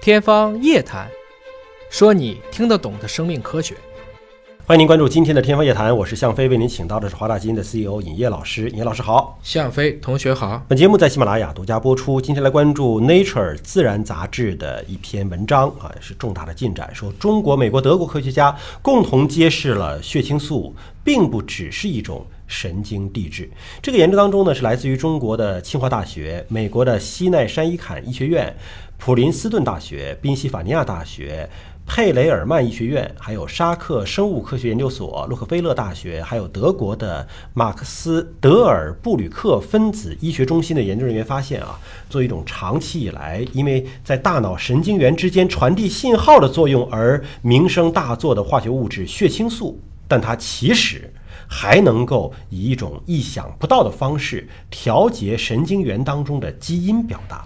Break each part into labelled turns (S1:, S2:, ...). S1: 天方夜谭，说你听得懂的生命科学。
S2: 欢迎您关注今天的《天方夜谭》，我是向飞，为您请到的是华大基因的 CEO 尹烨老师。尹烨老师好，
S1: 向飞同学好，
S2: 本节目在喜马拉雅独家播出。今天来关注《Nature》自然杂志的一篇文章啊，是重大的进展，说中国、美国、德国科学家共同揭示了血清素并不只是一种。神经递质这个研究当中呢，是来自于中国的清华大学、美国的西奈山医坎医学院、普林斯顿大学、宾夕法尼亚大学、佩雷尔曼医学院，还有沙克生物科学研究所、洛克菲勒大学，还有德国的马克思德尔布吕克分子医学中心的研究人员发现啊，作为一种长期以来因为在大脑神经元之间传递信号的作用而名声大作的化学物质血清素，但它其实。还能够以一种意想不到的方式调节神经元当中的基因表达。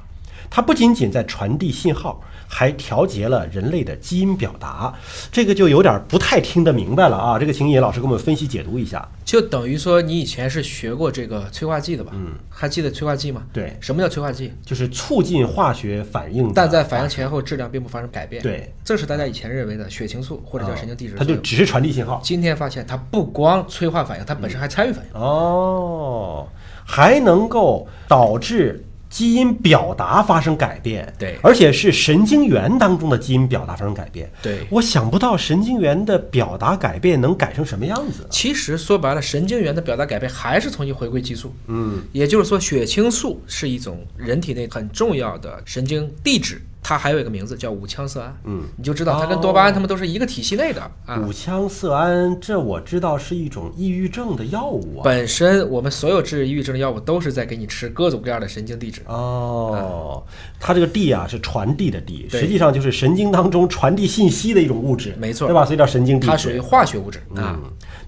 S2: 它不仅仅在传递信号，还调节了人类的基因表达。这个就有点不太听得明白了啊！这个请尹老师给我们分析解读一下。
S1: 就等于说你以前是学过这个催化剂的吧？嗯，还记得催化剂吗？
S2: 对，
S1: 什么叫催化剂？
S2: 就是促进化学反应的，
S1: 但在反应前后质量并不发生改变。
S2: 对，
S1: 这是大家以前认为的血清素或者叫神经递质的
S2: 啊它
S1: 作
S2: 就
S1: 用。
S2: 只是传递信号。
S1: 今天发现它不光催化反应，它本身还参与反应。
S2: 哦，还能够导致基因表达发生改变，
S1: 对
S2: 而且是神经元当中的基因表达发生改变，
S1: 对
S2: 我想不到神经元的表达改变能改成什么样子。
S1: 其实说白了，神经元的表达改变还是重新回归激素。
S2: 嗯，
S1: 也就是说，血清素是一种人体内很重要的神经递质，它还有一个名字叫五羟色胺。
S2: 嗯，哦
S1: 你就知道它跟多巴胺它们都是一个体系内的啊。
S2: 五羟色胺，这我知道是一种抑郁症的药物啊。
S1: 本身我们所有治抑郁症的药物都是在给你吃各种各样的神经递质。
S2: 哦，它这个递啊是传递的递，
S1: 啊对
S2: 实际上就是神经当中传递信息的一种物质，
S1: 没错
S2: 对吧？所以叫神经递质。嗯
S1: 它属于化学物质啊。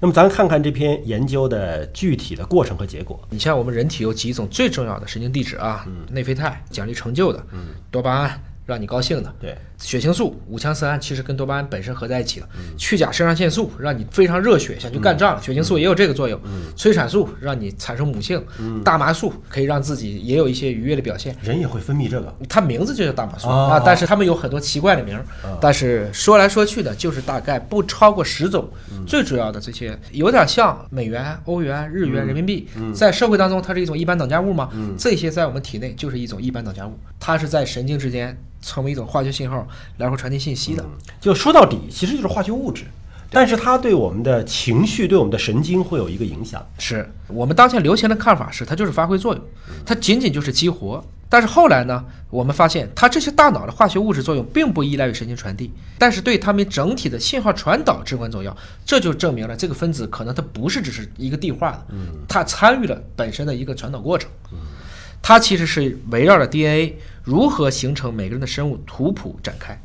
S2: 那么咱看看这篇研究的具体的过程和结果。
S1: 你像我们人体有几种最重要的神经递质啊，
S2: 嗯
S1: 内啡肽奖励成就的，多巴胺让你高兴的，
S2: 对，
S1: 血清素、五羟色胺其实跟多巴胺本身合在一起的，去甲肾上腺素让你非常热血，想去干仗了，血清素也有这个作用，催产素让你产生母性，大麻素可以让自己也有一些愉悦的表现。
S2: 人也会分泌这个。
S1: 它名字就叫大麻素、
S2: 哦
S1: 啊，但是它们有很多奇怪的名儿、但是说来说去的，就是大概不超过十种、最主要的这些，有点像美元、欧元、日元、人民币、在社会当中它是一种一般等价物吗、这些在我们体内就是一种一般等价物，它是在神经之间成为一种化学信号，然后传递信息的。
S2: 就说到底，其实就是化学物质，但是它对我们的情绪、对我们的神经会有一个影响。
S1: 是我们当前流行的看法是，它就是发挥作用，它仅仅就是激活。但是后来呢，我们发现它这些大脑的化学物质作用并不依赖于神经传递，但是对它们整体的信号传导至关重要。这就证明了这个分子可能它不是只是一个递化的，它参与了本身的一个传导过程。它其实是围绕着 DNA 如何形成每个人的生物图谱展开。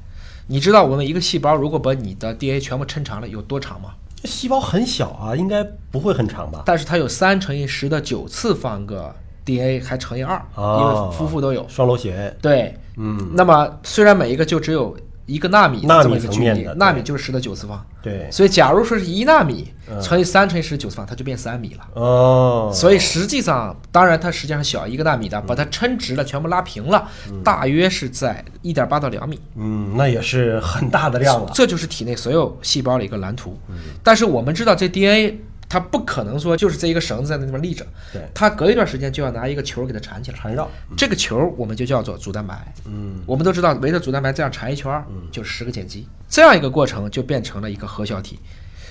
S1: 你知道我们一个细胞如果把你的 DNA 全部抻长了有多长吗？
S2: 这细胞很小啊，应该不会很长吧？
S1: 但是它有三乘以十的九次方个 DNA，还乘以二、因
S2: 哦
S1: 为夫妇都有。
S2: 双螺旋，
S1: 对，
S2: 嗯，
S1: 那么虽然每一个就只有一个纳米
S2: 纳米
S1: 这么一个距
S2: 层面
S1: 离
S2: 的，
S1: 纳米就是十的九次方。
S2: 对，
S1: 所以假如说是一纳米乘以三乘以十的九次方，它就变三米了。
S2: 嗯哦，嗯
S1: 所以实际上，当然它实际上小一个纳米的，把它抻直了，全部拉平了，大约是在一点八到两米。
S2: 嗯，那也是很大的嗯量了。
S1: 这就是体内所有细胞的一个蓝图。但是我们知道这 DNA。它不可能说就是这一个绳子在那地方立着
S2: 对，
S1: 它隔一段时间就要拿一个球给它缠起来。
S2: 缠绕，
S1: 这个球我们就叫做组蛋白。
S2: 嗯，
S1: 我们都知道围着组蛋白这样缠一圈儿，就十个碱基，这样一个过程就变成了一个核小体。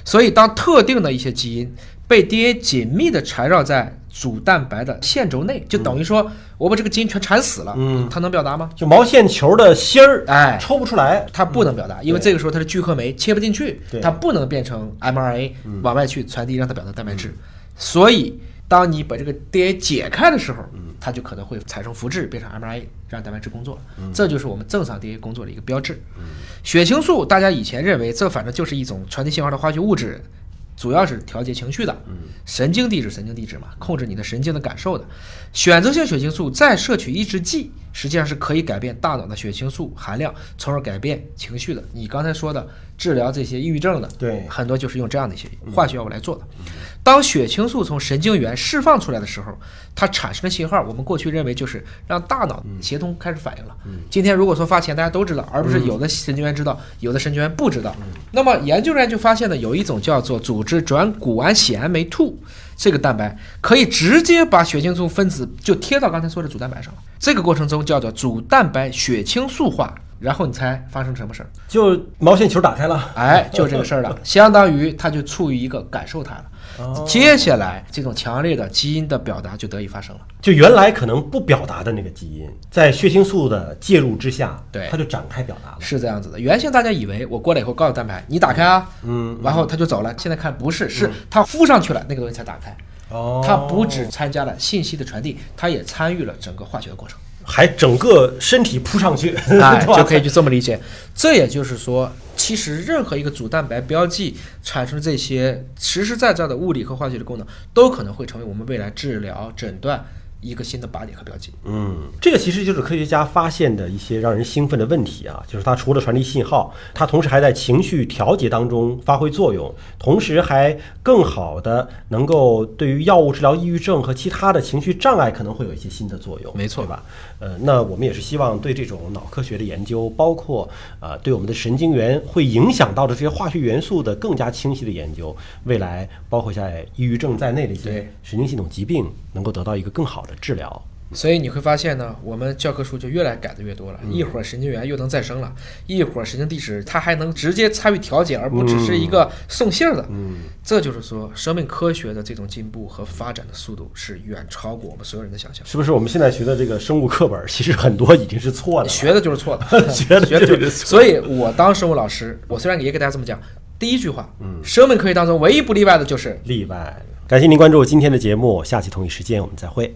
S1: 所以，当特定的一些基因被 DNA 紧密的缠绕在组蛋白的线轴内，就等于说我把这个基因全缠死了，
S2: 嗯
S1: 它能表达吗？
S2: 就毛线球的芯儿，
S1: 哎
S2: 抽不出来。
S1: 它不能表达，因为这个时候它是聚合酶切不进去
S2: 对，
S1: 它不能变成 mRNA 往外去传递，让它表达蛋白质。所以，当你把这个 DNA 解开的时候，它就可能会产生复制，变成 mRNA，让蛋白质工作。这就是我们正常 DNA 工作的一个标志。血清素，大家以前认为这反正就是一种传递信号的化学物质，主要是调节情绪的，神经递质，神经递质嘛，控制你的神经的感受的。选择性血清素再摄取抑制剂，实际上是可以改变大脑的血清素含量，从而改变情绪的。你刚才说的治疗这些抑郁症的，
S2: 对
S1: 很多就是用这样的一些化学药物来做的。当血清素从神经元释放出来的时候，它产生的信号，我们过去认为就是让大脑协同开始反应了。今天如果说发钱，大家都知道，而不是有的神经元知道，有的神经元不知道。那么研究人员就发现呢，有一种叫做组织转谷氨酰胺酶 two 这个蛋白，可以直接把血清素分子就贴到刚才说的组蛋白上了。这个过程中叫做组蛋白血清素化。然后你猜发生什么事儿？
S2: 就毛线球打开了，
S1: 哎，就这个事儿 了，相当于它就处于一个感受它了。接下来，这种强烈的基因的表达就得以发生了。
S2: 就原来可能不表达的那个基因，在血清素的介入之下，
S1: 对
S2: 它就展开表达了。
S1: 是这样子的，原先大家以为我过来以后告诉蛋白，你打开啊，嗯，然后他就走了。现在看不是，是他敷上去了，那个东西才打开。
S2: 哦
S1: 它不只参加了信息的传递，它也参与了整个化学的过程。
S2: 还整个身体扑上去，
S1: 哎，
S2: 对吧
S1: 就可以就这么理解。这也就是说，其实任何一个组蛋白标记产生这些实实在在的物理和化学的功能，都可能会成为我们未来治疗诊断一个新的靶点和标记。
S2: 嗯，这个其实就是科学家发现的一些让人兴奋的问题啊，就是它除了传递信号，它同时还在情绪调节当中发挥作用，同时还更好的能够对于药物治疗抑郁症和其他的情绪障碍可能会有一些新的作用，
S1: 没错
S2: 对吧？呃，那我们也是希望对这种脑科学的研究，包括呃对我们的神经元会影响到的这些化学元素的更加清晰的研究，未来包括在抑郁症在内的一些
S1: 对
S2: 神经系统疾病能够得到一个更好的治疗。
S1: 所以你会发现呢，我们教科书就越来改的越多了。一会儿神经元又能再生了，一会儿神经递质它还能直接参与调节，而不只是一个送信儿的。嗯，这就是说，生命科学的这种进步和发展的速度是远超过我们所有人的想象。
S2: 是不是我们现在学的这个生物课本，其实很多已经是错的了？
S1: 学的就是错的，
S2: 学的
S1: 学的
S2: 就是
S1: 是。所以我当生物老师，我虽然也给大家这么讲，第一句话，嗯，生命科学当中唯一不例外的就是
S2: 例外。感谢您关注今天的节目，下期同一时间我们再会。